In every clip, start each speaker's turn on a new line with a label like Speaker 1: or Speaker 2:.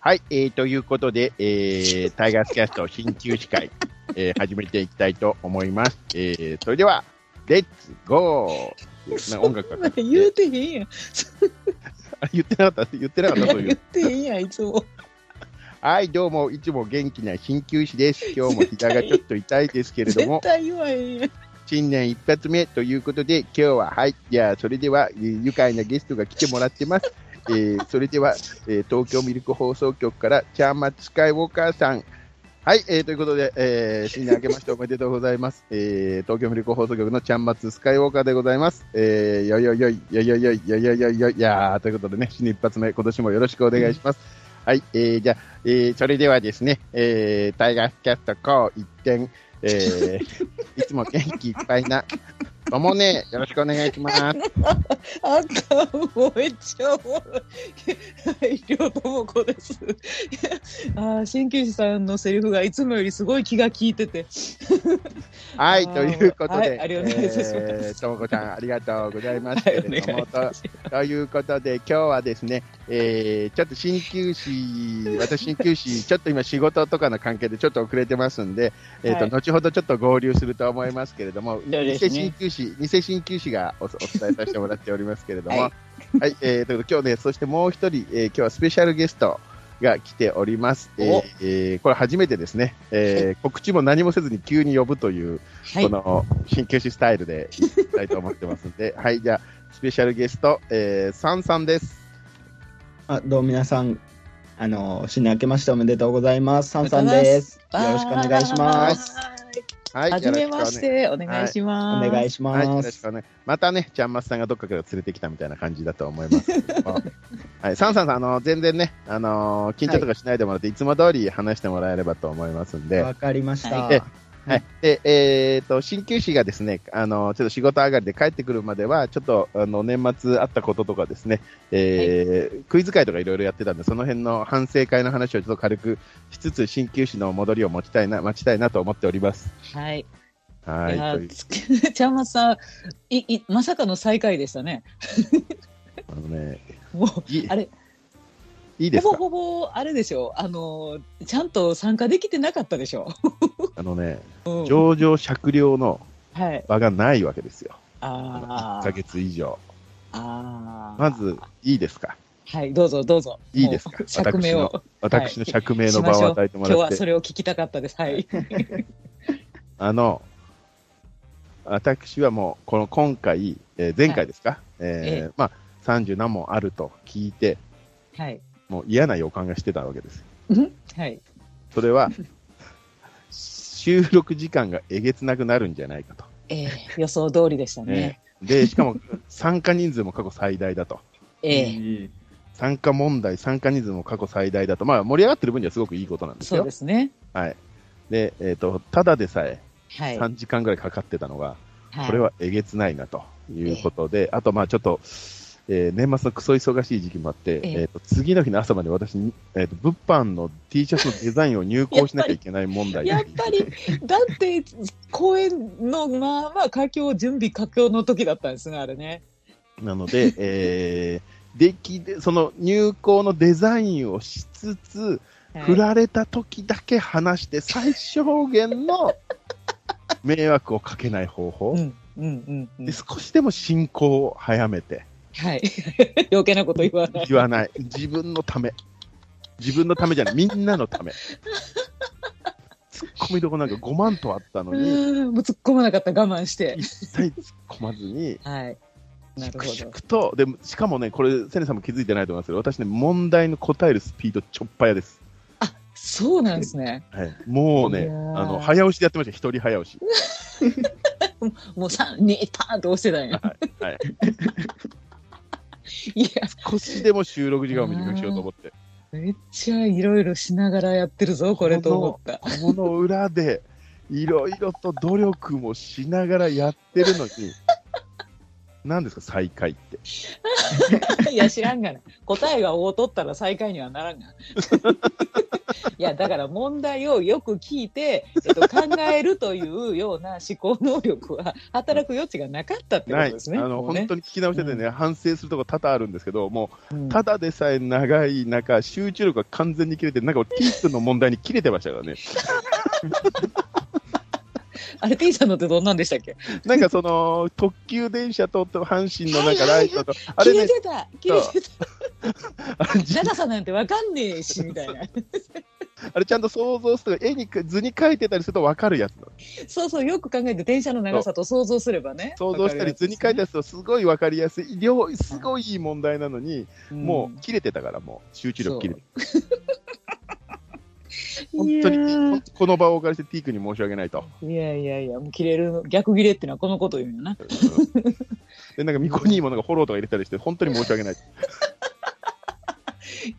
Speaker 1: はい、えー、ということで、えー、タイガースキャスト新旧司会、 えー、始めていきたいと思います。えー、それでは、レッツゴー音楽がかかって
Speaker 2: 言うてへんやん。
Speaker 1: あ言ってなかった言ってなかったそうい
Speaker 2: 言っ
Speaker 1: う。
Speaker 2: てへんやん、いつも。
Speaker 1: はい、どうも、いつも元気な鍼灸師です。今日も膝がちょっと痛いですけれど
Speaker 2: 絶
Speaker 1: も、
Speaker 2: 対言わへんやん。
Speaker 1: 新年一発目ということで、今日は、はい、じゃあ、それでは、えー愉快なゲストが来てもらってます。 えーそれでは、えー東京ミルク放送局から、チャーマッツスカイウォーカーさん。はい、えーということで、えー新年明けましておめでとうございます。えー東京ミルク放送局のチャンマツスカイウォーカーでございます。えー、よいよいよい、よいよいよい、よいよいよいよい、やー、ということでね、新年一発目、今年もよろしくお願いします。はい、えーじゃあ、えーそれではですね、えータイガースキャットこう一点、えーいつも元気いっぱいな、ともね、よろしくお願いします。
Speaker 2: あんた、もうめっちゃおもろい。はい、りょうともこです。ああ、鍼灸師さんのセリフがいつもよりすごい気が利いてて。
Speaker 1: はい、
Speaker 2: あー
Speaker 1: ということ
Speaker 2: は
Speaker 1: で
Speaker 2: い、ありがとうございます
Speaker 1: ーともこちゃん、ありがとうございます
Speaker 2: は
Speaker 1: け
Speaker 2: い、お願
Speaker 1: れ
Speaker 2: い
Speaker 1: ども、
Speaker 2: い
Speaker 1: と
Speaker 2: たします。
Speaker 1: ということで、今日はですね、えーちょっと鍼灸師、私、鍼灸師、ちょっと今、仕事とかの関係でちょっと遅れてますんで、えーと
Speaker 2: はい
Speaker 1: 後ほどちょっと合流すると思いますけれども、
Speaker 2: そうです
Speaker 1: 偽
Speaker 2: ね
Speaker 1: 鍼灸師、偽鍼灸師がおお伝えさせてもらっておりますけれども、は、
Speaker 2: はい
Speaker 1: えーということで今日ね、そしてもう一人、えー今日はスペシャルゲストが来ております。えー
Speaker 2: お
Speaker 1: えーこれ初めてですね、えー告知も何もせずに急に呼ぶという、
Speaker 2: はい
Speaker 1: この鍼灸師スタイルでいきたいと思ってますん で、はい、じゃあ、スペシャルゲスト、えー、サンさんです。
Speaker 3: あどうも皆さん、あの新年明けましておめでとうございます。サンさんです。よろしくお願いします。
Speaker 2: は
Speaker 1: はい、
Speaker 2: い。はじめまし
Speaker 1: よ
Speaker 2: て、お願いし
Speaker 3: お
Speaker 2: ます。
Speaker 3: 願いし
Speaker 1: ろしくお願い。はい、よろ
Speaker 3: ま
Speaker 1: し
Speaker 3: す。
Speaker 1: くお願い。またね、ちゃんまつさんがどっかから連れてきたみたいな感じだと思いますけども。 はい、サンさんさん、あの、全然ね、あのー緊張とかしないでもらって、い、つも通り話してもらえればと思いますんで。
Speaker 3: わかりました。
Speaker 1: はいはい、で、えー、と、鍼灸師がですね、あの、ちょっと仕事上がりで帰ってくるまでは、ちょっと、あの、年末あったこととかですね、えークイズ会とかいろいろやってたんで、その辺の反省会の話をちょっと軽くしつつ、鍼灸師の戻りを持ちたいな、待ちたいなと思っております。
Speaker 2: はい。
Speaker 1: はいい。
Speaker 2: や
Speaker 1: という
Speaker 2: ー、ちゃんまつさん、い、い、まさかの最下位でしたね。
Speaker 1: あのね、
Speaker 2: もう。
Speaker 1: いい
Speaker 2: あれ
Speaker 1: いいです
Speaker 2: ほ
Speaker 1: か
Speaker 2: ぼほぼあれでしょあのちゃんと参加できてなかったでしょ、
Speaker 1: あのね、
Speaker 2: うん、
Speaker 1: 上場酌量の
Speaker 2: はい
Speaker 1: 場がないわけですよ。
Speaker 2: あ
Speaker 1: 1ヶ
Speaker 2: ー
Speaker 1: 月以上。
Speaker 2: あー
Speaker 1: まず、いいですか
Speaker 2: はいどうぞどうぞ
Speaker 1: いいですか
Speaker 2: もう釈明を
Speaker 1: 私の釈明
Speaker 2: し
Speaker 1: の
Speaker 2: ま
Speaker 1: 場
Speaker 2: しょ
Speaker 1: を
Speaker 2: う
Speaker 1: 与えても
Speaker 2: 今
Speaker 1: ら
Speaker 2: 日
Speaker 1: って。
Speaker 2: はそれを聞きたかったですはい
Speaker 1: あの、私はもう、この今回、えー前回ですか、えーまあ、30何問あると聞いて、
Speaker 2: はい
Speaker 1: もう嫌な予感がしてたわけです。
Speaker 2: うんはい
Speaker 1: それ は、収録時間がえげつなくなるんじゃないかと。
Speaker 2: えー、予想通りでしたね
Speaker 1: えーで、しかも、参加人数も過去最大だと。
Speaker 2: ええ
Speaker 1: 参加問題、参加人数も過去最大だと。まあ、盛り上がってる分にはすごくいいことなんです
Speaker 2: そう
Speaker 1: よ
Speaker 2: で。すね
Speaker 1: はい。で、えっ、と、ただでさえ
Speaker 2: はい、
Speaker 1: 3時間ぐらいかかってたのが、
Speaker 2: はい、
Speaker 1: これはえげつないなということで、あとまあちょっと、えー年末のクソ忙しい時期もあって、
Speaker 2: え
Speaker 1: え
Speaker 2: え
Speaker 1: ーと次の日の朝まで私に、えーと物販の T シャツのデザインを入稿しなきゃいけない問題
Speaker 2: やっぱりだって公演のまあまあ佳境準備佳境の時だったんですねあれね
Speaker 1: なので、えーできでその入稿のデザインをしつつ、
Speaker 2: はい
Speaker 1: 振られた時だけ話して最小限 の迷惑をかけない方法、
Speaker 2: うんうんうんうん
Speaker 1: で少しでも進行を早めて
Speaker 2: はい 余計なこと言わない
Speaker 1: 言わない自分のため自分のためじゃないみんなのためツッコミどこなんか5万とあったのに
Speaker 2: うーんもう突っ込まなかった我慢して。
Speaker 1: 一切突っ込まずに
Speaker 2: はい。なる
Speaker 1: 粛
Speaker 2: ほど。
Speaker 1: 々とでしかもねこれセネさんも気づいてないと思いますけど私ね問題の答えるスピードちょっぱやです、
Speaker 2: あ、そうなんですね。
Speaker 1: はい、もう
Speaker 2: い
Speaker 1: ね
Speaker 2: やー
Speaker 1: あの早押しでやってました一人早押し
Speaker 2: もう三二パーンと押してたんや。
Speaker 1: はい、はい、
Speaker 2: いや、
Speaker 1: 少しでも収録時間を短くしようと思 って
Speaker 2: めっちゃいろいろしながらやってるぞ、これと思った。
Speaker 1: この裏でいろいろと努力もしながらやってるのに何ですか最下位って
Speaker 2: いや、知らんがな。答えが応とったら最下位にはならんがな。いやだから問題をよく聞いて、えっと、考えるというような思考能力は働く余地がなかったってこと
Speaker 1: ない、
Speaker 2: ですね。
Speaker 1: あの
Speaker 2: もう
Speaker 1: 本
Speaker 2: ね
Speaker 1: 当に聞き直しててね、反省するとこ多々あるんですけど、も
Speaker 2: うん
Speaker 1: うただでさえ長い中、集中力が完全に切れて、なんか T 君の問題に切れてました からね、
Speaker 2: あれ T さんのってどんなんでしたっけ
Speaker 1: なんかその特急電車と阪神のなんかライ トと、あれ
Speaker 2: 切れ
Speaker 1: ね、
Speaker 2: てた切れ て
Speaker 1: あれ
Speaker 2: た長さなんてわかんねえしみたいな
Speaker 1: あれちゃんと想像すると、絵に図に描いてたりすると分かるやつなの
Speaker 2: そうそうよく考えて電車の長さと想像すればね
Speaker 1: 想像したり図に描いた
Speaker 2: て、
Speaker 1: りすると、すごい分かりやすい、両すごいいい問題なのに、
Speaker 2: うん
Speaker 1: もう切れてたから、もう集中力切れて
Speaker 2: い
Speaker 1: 本
Speaker 2: や
Speaker 1: 当に
Speaker 2: ー
Speaker 1: 本当この場をお借りして T 君に申し訳ないと。
Speaker 2: いやいやいや、もう切れる、逆切れってのはこのこと言うんやな。
Speaker 1: でなんかミコニーもなんかフォローとか入れたりして、本当に申し訳ない。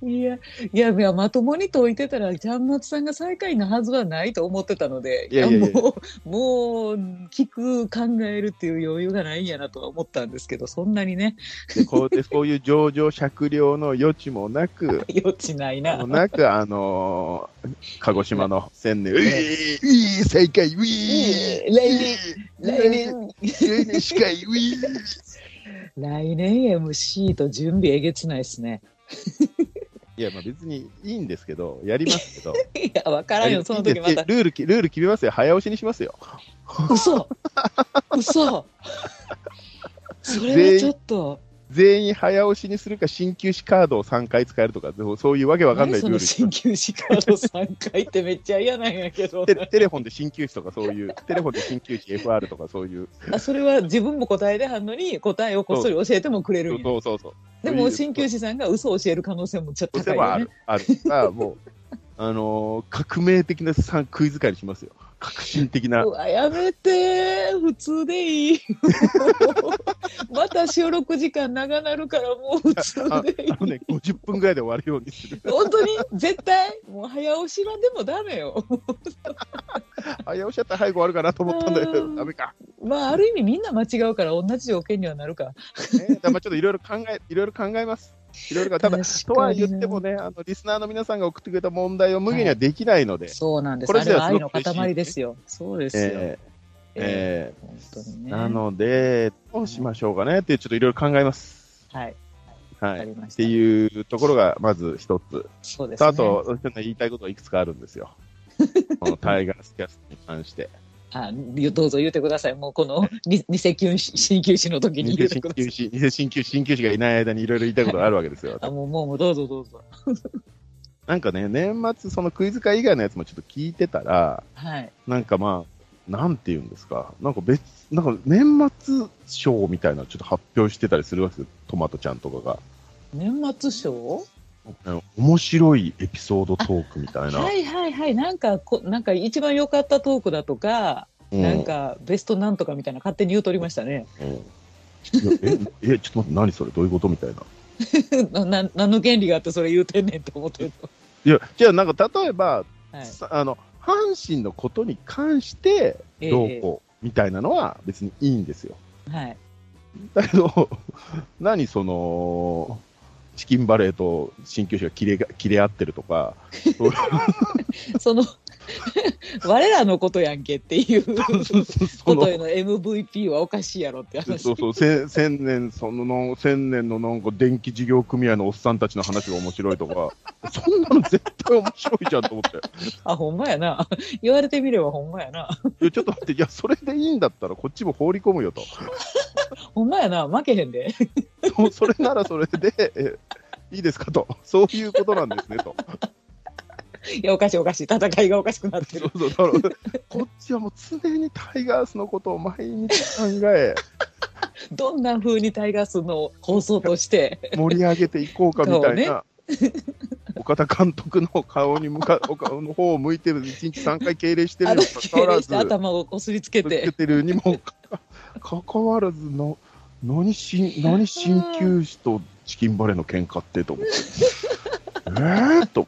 Speaker 2: いや、いや、いやまともに解いてたら、ちゃんまつさんが最下位なはずはないと思ってたので、
Speaker 1: いやいやいや
Speaker 2: もう、もう、聞く、考えるっていう余裕がないんやなとは思ったんですけど、そんなにね、
Speaker 1: でこうでこういう情状酌量の余地もなく、
Speaker 2: 余地ないな
Speaker 1: もう。なく、あのー鹿児島の千年、ウィー、ウィー、最下位、ウィー、
Speaker 2: 来年、来
Speaker 1: ウ
Speaker 2: 年、
Speaker 1: ィー、司会、ウィー。
Speaker 2: 来年 MC と準備えげつないですね。
Speaker 1: いや、まあ別にいいんですけど、やりますけ ど。
Speaker 2: いや、わからんよ、その時
Speaker 1: いいんで
Speaker 2: ますた。
Speaker 1: ルールき、ルール決めますよ。早押しにしますよ。
Speaker 2: 嘘嘘それはちょっと。
Speaker 1: 全員早押しにするか、鍼灸師カードを3回使えるとか、でもそういうわけわかんないルールに
Speaker 2: 何そ
Speaker 1: し
Speaker 2: の鍼
Speaker 1: ます。
Speaker 2: 灸師カード3回ってめっちゃ嫌なんやけど
Speaker 1: テレテレフォンで鍼灸師とかそう いう、テレフォンで鍼灸師 FR とかそういう、
Speaker 2: あそれは自分も答えではんのに答えをこっそり教えてもくれるんや
Speaker 1: そうそうそう。
Speaker 2: でも鍼灸師さんが嘘を教える可能性もちょっ
Speaker 1: そ
Speaker 2: と
Speaker 1: うで
Speaker 2: 高い
Speaker 1: も
Speaker 2: よ
Speaker 1: あ
Speaker 2: ね
Speaker 1: る、ある。あもう、 あのー革命的なさクイズ会にしますよ。革新的な
Speaker 2: う。わやめて普通でいい また収録時間長なるからもう普通でいい
Speaker 1: あのね、50分ぐらいで終わるようにする。
Speaker 2: 本当に絶対もう早押しはでもダメよ
Speaker 1: あ、やおっしゃったら早く終わるかなと思ったんだけ
Speaker 2: う
Speaker 1: ど、
Speaker 2: ん
Speaker 1: ダメか。
Speaker 2: まあある意味みんな間違うから同じ条件にはなるか
Speaker 1: ね、だからまあちょっといろいろ考え、いろいろ考えます。いろいろが、ただ、
Speaker 2: 確
Speaker 1: と
Speaker 2: か
Speaker 1: は
Speaker 2: に
Speaker 1: 言ってもね、あの、リスナーの皆さんが送ってくれた問題を無限にはできないので、
Speaker 2: そうなんです
Speaker 1: これ
Speaker 2: あれ
Speaker 1: 自体
Speaker 2: は
Speaker 1: はす
Speaker 2: 愛
Speaker 1: ご
Speaker 2: の
Speaker 1: く嬉しい
Speaker 2: 塊ですよそうですよ、
Speaker 1: えーえ
Speaker 2: 本当に
Speaker 1: ー
Speaker 2: ね。
Speaker 1: なので、どうしましょうかねって、ちょっといろいろ考えます。
Speaker 2: はい、わ
Speaker 1: は
Speaker 2: か
Speaker 1: い。っ
Speaker 2: りました。
Speaker 1: ていうところが、まず一つ。
Speaker 2: そうですね。
Speaker 1: あと、私の言いたいことがいくつかあるんです よ。このタイガースキャストに関して。
Speaker 2: あ、どうぞ言ってください。もうこの に偽キュン鍼灸師の時に
Speaker 1: 偽
Speaker 2: 言って
Speaker 1: 鍼
Speaker 2: くださ
Speaker 1: 灸
Speaker 2: い。
Speaker 1: 師、偽鍼灸師、鍼灸師がいない間にいろいろ言いたいことがあるわけです よ。
Speaker 2: あ、もうもうもうどうぞどうぞ。
Speaker 1: なんかね、年末、そのクイズ会以外のやつもちょっと聞いてたら、
Speaker 2: はい。
Speaker 1: なんかまあ、なんて言うんですか、なんか別、なんか年末賞みたいなのちょっと発表してたりするわけですよ、トマトちゃんとか
Speaker 2: 年末賞？
Speaker 1: が。面白いエピソードトークみたいな。
Speaker 2: はいはいはい。なんかこなんか一番良かったトークだとか、
Speaker 1: うん
Speaker 2: なんかベストなんとかみたいな勝手に言うとりましたね。
Speaker 1: うんいやええ、ちょっと待って、何それ、どういうことみたいな。
Speaker 2: なな何の権利があってそれ言うてんねんと思ってると。
Speaker 1: いや、じゃあ、なんか例えば、
Speaker 2: はい。
Speaker 1: さあの阪神のことに関して
Speaker 2: ええ
Speaker 1: どうこうみたいなのは別にいいんですよ。
Speaker 2: はい。
Speaker 1: だけど、 何そのチキンバレーと鍼灸師が切れが切れ合ってると か、そう
Speaker 2: その我らのことやんけってい う
Speaker 1: そうそうそ
Speaker 2: こ
Speaker 1: の
Speaker 2: とへの MVP はおかしいやろって話。
Speaker 1: そうそうせ千年そのの千年のなんか電気事業組合のおっさんたちの話が面白いとか、 そんなの絶対面白いじゃんと思って。
Speaker 2: あ、ほんまやな。 言われてみればほんまやな。
Speaker 1: いやちょっと待って、いや、それでいいんだったら、こっちも放り込むよと。
Speaker 2: ほんまやな。負けへんで。
Speaker 1: そうそれならそれで、えいいですかと、 そういうことなんですね と。
Speaker 2: いや、おかしいおかしい。戦いがおかしくなって
Speaker 1: そ
Speaker 2: る。
Speaker 1: うそうだからこっちはもう常にタイガースのことを毎日考え、
Speaker 2: どんな風にタイガースの放送として、
Speaker 1: 盛り上げていこうかみたい
Speaker 2: そ
Speaker 1: な、 岡田監督の顔に向かお顔の方を向いてる、1日3回敬礼してる
Speaker 2: あ
Speaker 1: に
Speaker 2: の
Speaker 1: もかかわらず、
Speaker 2: して頭をこすりつけ
Speaker 1: ぶつけ
Speaker 2: て、
Speaker 1: てるにもかかかわらずの、何し何鍼灸師とチキンバレーの喧嘩ってと思 って。えーっと、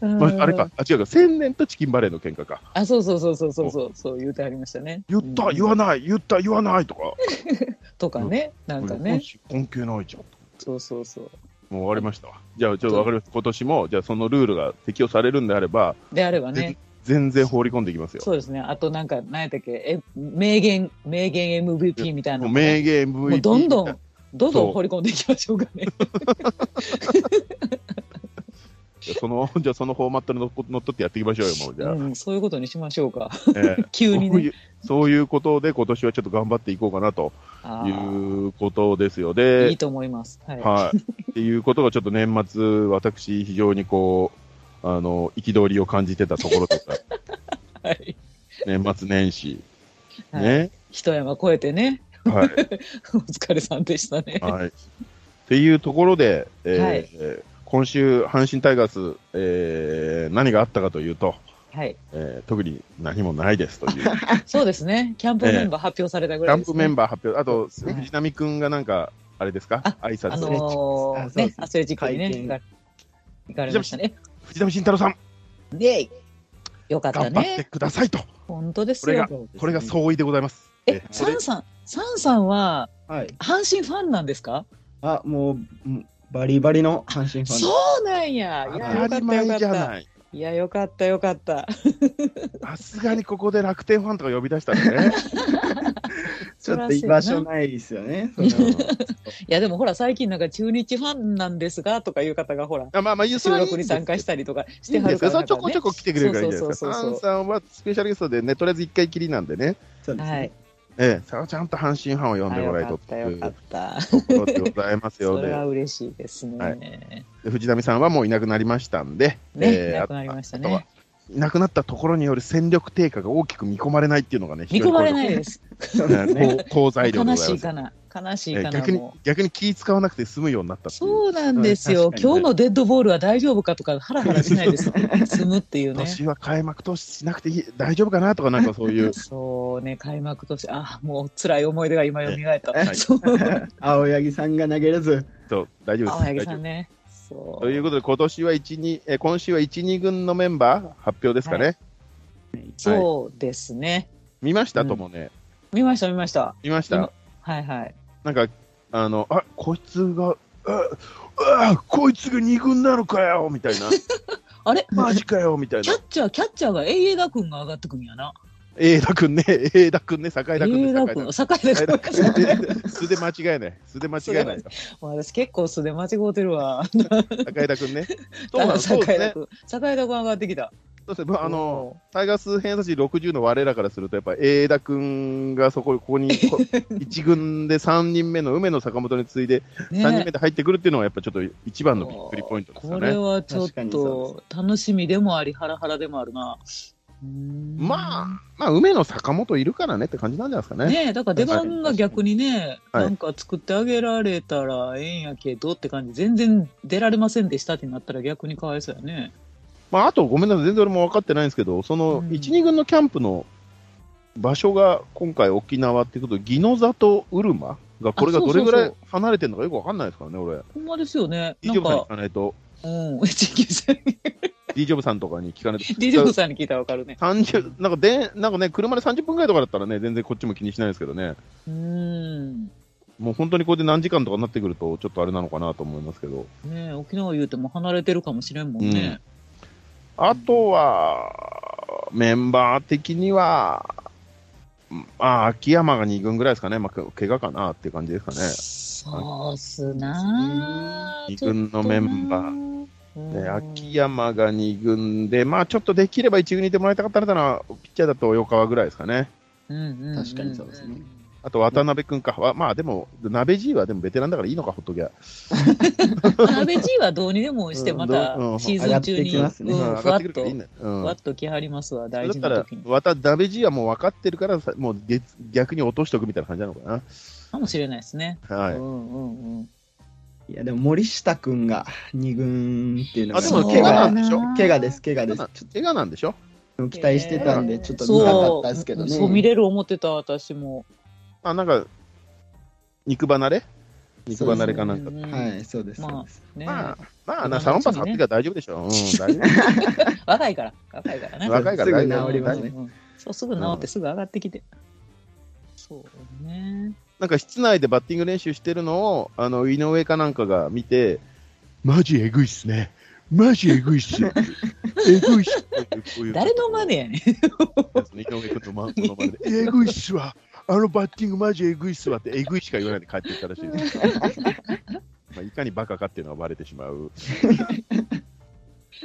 Speaker 1: まあ、あれか、あ、違うか、千年とチキンバレーの喧嘩か。
Speaker 2: あ、そうそうそうそうそうそう、そう言うてありましたね。
Speaker 1: 言った、
Speaker 2: うん
Speaker 1: 言わない、言った、言わないとか。
Speaker 2: とかね、なんか
Speaker 1: 本
Speaker 2: ね、
Speaker 1: 心関係ないじゃん。
Speaker 2: そうそうそう。
Speaker 1: もう終わりましたわ。じゃあ、ちょっとわかりました。今年も、じゃあ、そのルールが適用されるんであれば、
Speaker 2: であればね、
Speaker 1: 全然放り込んでいきますよ。
Speaker 2: そうですね、あとなんか、何やったっけ、え名言、名言 MVP みたい
Speaker 1: も
Speaker 2: な
Speaker 1: う
Speaker 2: の
Speaker 1: 名言 MVP みたいな。
Speaker 2: もうどんどん、どんど
Speaker 1: そうん
Speaker 2: 掘り込んでいきましょうかね。
Speaker 1: じゃあその、 じゃあそのフォーマットにのっこ乗っ取ってやっていきましょうよ、もう。じゃあ。
Speaker 2: うん、そういうことにしましょうか。
Speaker 1: ええ
Speaker 2: 急に
Speaker 1: そうい
Speaker 2: ね。
Speaker 1: うそういうことで、今年はちょっと頑張っていこうかなと
Speaker 2: あ
Speaker 1: い
Speaker 2: ー
Speaker 1: うことですよ。
Speaker 2: いい
Speaker 1: で、
Speaker 2: と思います。はい。
Speaker 1: はい。っていうことがちょっと年末、私、非常にこう、あの、憤りを感じてたところと か、
Speaker 2: はい。
Speaker 1: 年末年始、
Speaker 2: はい
Speaker 1: ね。
Speaker 2: 一山越えてね、
Speaker 1: はい。
Speaker 2: お疲れさんでしたね。
Speaker 1: はい。っていうところで、えー
Speaker 2: はい
Speaker 1: えー今週、阪神タイガース、えー何があったかというと、
Speaker 2: はい。
Speaker 1: えー特に何もないですという、
Speaker 2: そうですね。キャンプメンバー発表されたぐ
Speaker 1: キ
Speaker 2: ら
Speaker 1: ャン
Speaker 2: いです、
Speaker 1: プ
Speaker 2: ね。
Speaker 1: メンバー発表、あと、
Speaker 2: ね
Speaker 1: 藤波くんがなんか、あれですか、
Speaker 2: あ
Speaker 1: 挨拶、
Speaker 2: あのー
Speaker 3: あそうです
Speaker 2: ね、アスレチックにね、
Speaker 3: 会見
Speaker 2: 行か行かれましたね。
Speaker 1: 藤波慎太郎さん、
Speaker 2: で、よかった
Speaker 1: 頑張って
Speaker 2: ね。
Speaker 1: くださいと、
Speaker 2: 本当です
Speaker 1: これが
Speaker 2: よ。
Speaker 1: これが
Speaker 3: う
Speaker 1: 相違でございます。
Speaker 2: え、
Speaker 1: ー
Speaker 2: サンさん、サンさんは
Speaker 3: ですね。はい。
Speaker 2: 阪神ファンなんですか
Speaker 3: あ、もう、んバリバリの阪神ファンで
Speaker 2: そうなんや。いや、
Speaker 1: 当た
Speaker 2: よ
Speaker 1: り
Speaker 2: かった、よか
Speaker 1: 前
Speaker 2: っ
Speaker 1: じゃ
Speaker 2: た。
Speaker 1: ない。
Speaker 2: いや、よかった、よかった。
Speaker 1: さすがにここで楽天ファンとか呼び出した らね。
Speaker 3: ちょっと居場所ないですよね。その
Speaker 2: いやでもほら最近なんか中日ファンなんですがとかいう方がほら
Speaker 1: あまあまあ、いいです
Speaker 2: 収録に参加したりとかして
Speaker 1: いいん
Speaker 2: は
Speaker 1: で
Speaker 2: る
Speaker 1: すか
Speaker 2: か
Speaker 1: そ
Speaker 2: ら
Speaker 1: れちょこちょこ来てくれるからいいんじゃないです
Speaker 2: そう
Speaker 1: か。
Speaker 2: そう
Speaker 1: サ
Speaker 2: そうそう
Speaker 1: ンさんはスペシャリストでね、とりあえず一回きりなんでね、
Speaker 3: そうです
Speaker 2: はい
Speaker 3: ね。
Speaker 1: ええ、さあちゃんと阪神ファンを呼ん
Speaker 2: あ
Speaker 1: で
Speaker 2: よ
Speaker 1: もらえ
Speaker 2: か
Speaker 1: と
Speaker 2: っ
Speaker 1: って
Speaker 2: た
Speaker 1: い
Speaker 2: よ
Speaker 1: う
Speaker 2: かった
Speaker 1: ところでございますよ
Speaker 2: それ
Speaker 1: ね
Speaker 2: は。嬉しいですね、
Speaker 1: はい
Speaker 2: ね
Speaker 1: で 藤波さんはもういなくなりましたんで、えー
Speaker 2: なくなりました
Speaker 1: あとは
Speaker 2: ね
Speaker 1: いなくなったところによる戦力低下が大きく見込まれないっていうのがね、。
Speaker 2: 見込まれないいです
Speaker 3: そうですね。
Speaker 1: こう好材料で
Speaker 2: 悲
Speaker 1: ござ
Speaker 2: し
Speaker 1: い
Speaker 2: い
Speaker 1: ます。
Speaker 2: かな悲しい
Speaker 1: え
Speaker 2: か
Speaker 1: ー
Speaker 2: な
Speaker 1: 逆に
Speaker 2: もう
Speaker 1: 逆に気使わなくて済むようになったっていう。
Speaker 2: そうなんですよ、
Speaker 3: うん確かに
Speaker 2: 今日のデッドボールは大丈夫かとかハラハラしないです 済むっていう
Speaker 1: 今
Speaker 2: ね、
Speaker 1: 年は開幕投資しなくていい大丈夫かなとか、なんかそういう
Speaker 2: そうね開幕としてあもう辛い思い出が今蘇った、
Speaker 1: はい
Speaker 2: そう
Speaker 3: 青柳さんが投げれず、
Speaker 1: そう大丈夫
Speaker 2: 青
Speaker 1: で
Speaker 2: 柳
Speaker 1: す。大
Speaker 2: さ
Speaker 1: 丈
Speaker 2: ん
Speaker 1: 夫
Speaker 2: ねそう
Speaker 1: ということで、今年は1、2、えー今週は1、2軍のメンバー発表ですかね。
Speaker 2: はそうですね。
Speaker 1: 見ました、
Speaker 2: うん
Speaker 1: ともね。
Speaker 2: 見ました、見ました。
Speaker 1: 見まし
Speaker 2: 今
Speaker 1: た。
Speaker 2: はいはい。
Speaker 1: なんか、あの、あこいつが、ああこいつが2軍なのかよみた いな、
Speaker 2: あれ
Speaker 1: マジかよみたい
Speaker 2: キ
Speaker 1: な
Speaker 2: ャ。ッチャー、キャッチャーが永田君が上がってくんやな。
Speaker 1: 永田君ね、 永田君ね、坂井田君
Speaker 2: 永
Speaker 1: ね、
Speaker 2: 田
Speaker 1: 坂井
Speaker 2: 君、
Speaker 1: 田
Speaker 2: 酒
Speaker 1: 君
Speaker 2: 井田君。
Speaker 1: 坂井田君。 素で間違いない。素で間違いない。
Speaker 2: 私結構素で間違うてるわ。
Speaker 1: 坂井田君ね。 そうなの、そ
Speaker 2: 酒
Speaker 1: う
Speaker 2: 井
Speaker 1: です
Speaker 2: 田
Speaker 1: ね。
Speaker 2: 君。酒井田君上がってきた。
Speaker 1: そうですね。まああの、タイガース偏差値60の我らからすると、やっぱ永田君がそこ、ここに、こ 一軍で3人目の梅野坂本に次いで、
Speaker 2: ね
Speaker 1: 3人目で入ってくるっていうのは、やっぱちょっと一番のびっくりポイントですよ
Speaker 2: これ
Speaker 1: ね。
Speaker 2: はちょっ
Speaker 3: 確かにそ
Speaker 2: と楽しみでもあり、ハラハラでもあるな。うーん
Speaker 1: まあ、まあ、梅野坂本いるからねって感じなんじゃないですかね。
Speaker 2: ねえ、だから出番が逆にね、
Speaker 1: はい
Speaker 2: なんか作ってあげられたらええんやけどって感じ、全然出られませんでしたってなったら逆にかわいそうやね。
Speaker 1: まあ、あと、ごめんなさい、全然俺も分かってないんですけど、その
Speaker 2: うん
Speaker 1: 1、2軍のキャンプの場所が今回、沖縄ってこと、宜野座とうるまが、これが
Speaker 2: あそ
Speaker 1: ど
Speaker 2: うそ
Speaker 1: れ
Speaker 2: うそう
Speaker 1: ぐらい離れてるのかよく分かんないですからね、俺。
Speaker 2: ほんまですよね。
Speaker 1: D
Speaker 2: な
Speaker 1: ジョ
Speaker 2: ん
Speaker 1: ブさんに
Speaker 2: か
Speaker 1: 聞、かないと、
Speaker 2: うん、 地球さん、
Speaker 1: D ジョブさんとかに聞かないと。
Speaker 2: d ブさんに聞いたらわかるね。
Speaker 1: 30なんかでなんかね、車で30分ぐらいとかだったらね、全然こっちも気にしないですけどね、
Speaker 2: うーん。
Speaker 1: もう本当にこれで何時間とかになってくると、ちょっとあれなのかなと思いますけど、
Speaker 2: ねえ、沖縄言うても離れてるかもしれんもんね。
Speaker 1: あとは、メンバー的には、うんあ秋山が2軍ぐらいですかね、まあ、け怪我かなっていう感じですかね。
Speaker 2: そうっすなあ
Speaker 1: 二軍のメンバー。
Speaker 2: ー
Speaker 1: で秋山が2軍で、まあ、ちょっとできれば1軍にいてもらいたかったら、ピッチャーだと及川ぐらいですかね、
Speaker 2: 確
Speaker 3: 確かにそうですね。
Speaker 1: あと渡辺君か、わまあでも、鍋じいはでもベテランだからいいのか、ほっときゃ。
Speaker 2: 鍋 G はどうにでもして、
Speaker 1: うん
Speaker 2: また
Speaker 1: どううん
Speaker 2: シーズン中に、
Speaker 3: 上がってきますね
Speaker 2: う
Speaker 1: うん
Speaker 2: ん
Speaker 1: 上
Speaker 2: ふ
Speaker 1: が
Speaker 2: わ
Speaker 1: っ
Speaker 2: って
Speaker 1: くるか
Speaker 2: と
Speaker 1: らいい、んだよ。うん
Speaker 2: ふわっと来はりますわ、
Speaker 1: それ
Speaker 2: 大
Speaker 1: だ
Speaker 2: 事
Speaker 1: った
Speaker 2: な
Speaker 1: ら
Speaker 2: 時に、。
Speaker 1: わた、ダメ G はもう分かってるから、さもうげ逆に落としておくみたいな感じなのか
Speaker 2: かもしれないですね。
Speaker 1: な。はい。
Speaker 2: うんうんうん。
Speaker 3: いや、でも森下くんが二軍っていうのが。
Speaker 1: あでも
Speaker 2: そう
Speaker 1: 怪我なんでしょ
Speaker 2: な
Speaker 3: 怪我です、怪我です。ちょっ
Speaker 1: 怪我なんでしょ
Speaker 3: と期待してたんで、ちょっと見なか
Speaker 2: そ
Speaker 3: ったですけど
Speaker 2: う、
Speaker 3: ね。
Speaker 2: そう見れる思ってた、私も。
Speaker 1: あ、なんか、肉離れ肉離れかなんか
Speaker 2: う。んうん
Speaker 3: はい、そうです。
Speaker 2: まあ
Speaker 3: そうです
Speaker 2: ね
Speaker 1: まあ、まあな、
Speaker 2: 今のうちにね
Speaker 1: サロンパス張ってから大丈夫でしょ。うん、大丈夫。
Speaker 2: 若いから、若いからね。
Speaker 1: 若いから大丈
Speaker 3: す
Speaker 1: 夫。
Speaker 3: ぐ治りますね
Speaker 2: うんうんそう、すぐ治って、すぐ上がってきて。そうね。
Speaker 1: なんか室内でバッティング練習してるのを、あの、井上かなんかが見て、マジえぐいっすね。マジえぐいっす。えぐいっす。こういう
Speaker 2: 誰のマネやねん。
Speaker 1: 井上君のまのまねで。えぐいっすわ。あのバッティングマジえぐいっすわって、えぐいしか言わないで帰っていったらしいです。まあ、いかにバカかっていうのはバレてしまう。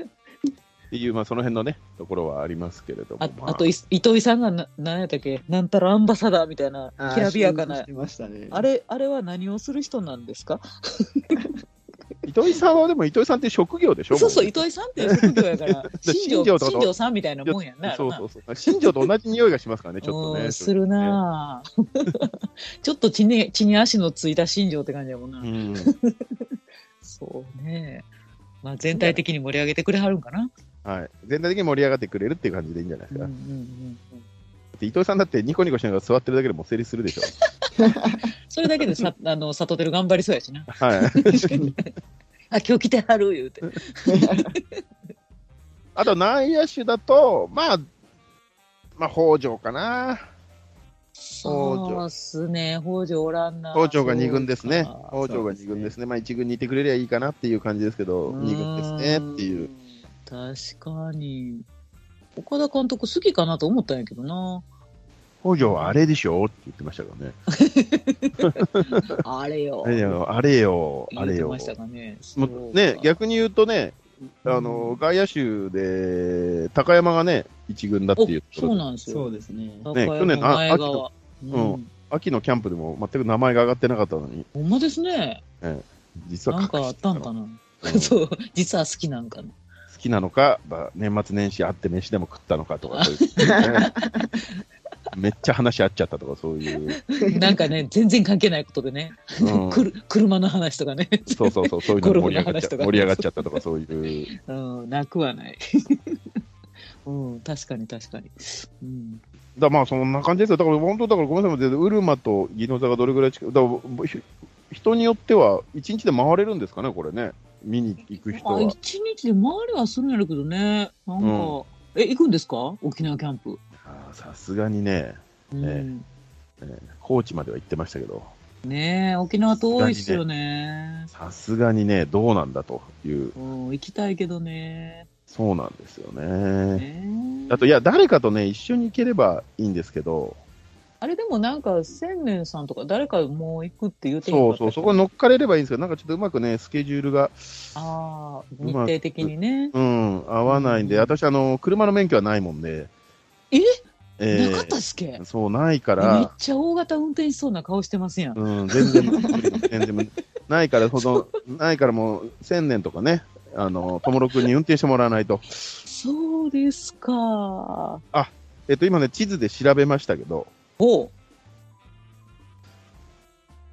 Speaker 1: っていう、まあ、その辺のね、ところはありますけれども。
Speaker 2: あ
Speaker 1: ま
Speaker 2: あと、い糸井さんがな何やったっけなんたらアンバサダーみたいな
Speaker 3: あー
Speaker 2: きらびやかな
Speaker 3: してましたね。
Speaker 2: あれあれは何をする人なんですか
Speaker 1: 糸井さんはでも糸井さんって職業でしょ
Speaker 2: そうそう
Speaker 1: も
Speaker 2: 糸井さんっていう職業やから 新
Speaker 1: 新庄
Speaker 2: 庄
Speaker 1: と
Speaker 2: 新庄さんみたいなもんやんな
Speaker 1: そうそうそう。新庄と同じ匂いがしますからね、ちょっと
Speaker 2: う
Speaker 1: ね。
Speaker 2: んするなあ ちょっと血に血に足のついた新庄って感じやもんな、
Speaker 1: うん。
Speaker 2: そうねまあ全体的に盛り上げてくれはるんかな
Speaker 1: はい。全体的に盛り上がってくれるっていう感じでいいんじゃないで
Speaker 2: う
Speaker 1: すか。
Speaker 2: んうんう
Speaker 1: だ
Speaker 2: んうん
Speaker 1: って伊藤さんだってニコニコしながら座ってるだけでもう成立するでしょ。
Speaker 2: それだけ でさあの里輝頑張りそうやしな
Speaker 1: はい。
Speaker 2: 確かにあ今日来てはる言うて
Speaker 1: あと内野手だと、まあ、まあ、北条かな。
Speaker 2: そうっすね北条おらんな
Speaker 1: 北条が2軍ですね
Speaker 2: そうか。
Speaker 1: 北条が2軍ですね。まあ、1軍にいてくれりゃいいかなっていう感じですけど、2軍ですねっていう。
Speaker 2: ーん。確かに。岡田監督好きかなと思ったんやけどな。
Speaker 1: 北条はあれでしょって言ってましたからね。
Speaker 2: あれよ。
Speaker 1: あれよ、あれよ、あ
Speaker 2: 言っ
Speaker 1: れ
Speaker 2: て
Speaker 1: よ
Speaker 2: まし。たかね。
Speaker 1: も
Speaker 2: そううか
Speaker 1: ね、逆に言うとね、あの外野手で高山がね、1軍だって
Speaker 2: お
Speaker 1: いうとこ
Speaker 2: そう
Speaker 1: ろで、
Speaker 2: なんです
Speaker 3: そ
Speaker 2: よ。
Speaker 3: うですね。
Speaker 1: ね去年のあ
Speaker 2: 前
Speaker 1: 秋
Speaker 2: 川
Speaker 1: の。
Speaker 2: う。
Speaker 1: うん秋のキャンプでも全く名前が上がってなかったのに、
Speaker 2: ほんまですね。
Speaker 1: 実は
Speaker 2: なんか
Speaker 1: 隠
Speaker 2: あ
Speaker 1: し
Speaker 2: ってたん
Speaker 1: の
Speaker 2: かな。
Speaker 1: うん好
Speaker 2: そう。実は好きなんかな。
Speaker 1: きなのか、まあ年末年始会って飯でも食ったのかとか、そういう ねめっちゃ話合っちゃったとか、そういう、
Speaker 2: なんかね、全然関係ないことでね。
Speaker 1: うん
Speaker 2: くる車の話とかね。
Speaker 1: そうそうそう、そういうの盛り
Speaker 2: ゴルフの
Speaker 1: 上がっ
Speaker 2: 話
Speaker 1: ちゃ
Speaker 2: とか
Speaker 1: 盛り上がっちゃったとか、そういう、
Speaker 2: うん。なくはない。 うん。確かに確かに。うん。
Speaker 1: だまあそんな感じですよ、だから本当、だからごめんなさい、ウルマと技能座がどれぐらい近く、だからひ人によっては、1日で回れるんですかね、これね、見に行く人
Speaker 2: あ
Speaker 1: は。
Speaker 2: 一日で回りはするんやろうけどねなんか、
Speaker 1: う
Speaker 2: え行くんですか沖縄キャンプ、
Speaker 1: あーさすがにね、
Speaker 2: うん
Speaker 1: 高知までは行ってましたけど、
Speaker 2: ねえ沖縄遠いっすよね
Speaker 1: さすがにね、どうなんだという、
Speaker 2: うん行きたいけどね
Speaker 1: そうなんですよね。
Speaker 2: ねえ
Speaker 1: あと、いや、誰かとね、一緒に行ければいいんですけど、
Speaker 2: あれでもなんか千年さんとか誰かもう行くって言うてへん
Speaker 1: そ
Speaker 2: かった
Speaker 1: う
Speaker 2: っけ
Speaker 1: そう、そこに乗っかれればいいんですけど、なんかちょっとうまくね、スケジュールが、
Speaker 2: ああ日程的にね、
Speaker 1: うん、合わないんで、私、あの、車の免許はないもんで、
Speaker 2: え
Speaker 1: えー
Speaker 2: なかったっすけ
Speaker 1: そう、ないか
Speaker 2: めっ
Speaker 1: ら、
Speaker 2: ちゃ大型運転しそうな顔してますやん、
Speaker 1: うん、全然無理、全然無理。ないから、その、ないからもう、千年とかね、あの、ともろくんに運転してもらわないと。
Speaker 2: そうですか
Speaker 1: えっと、今ね、地図で調べましたけど、
Speaker 2: おう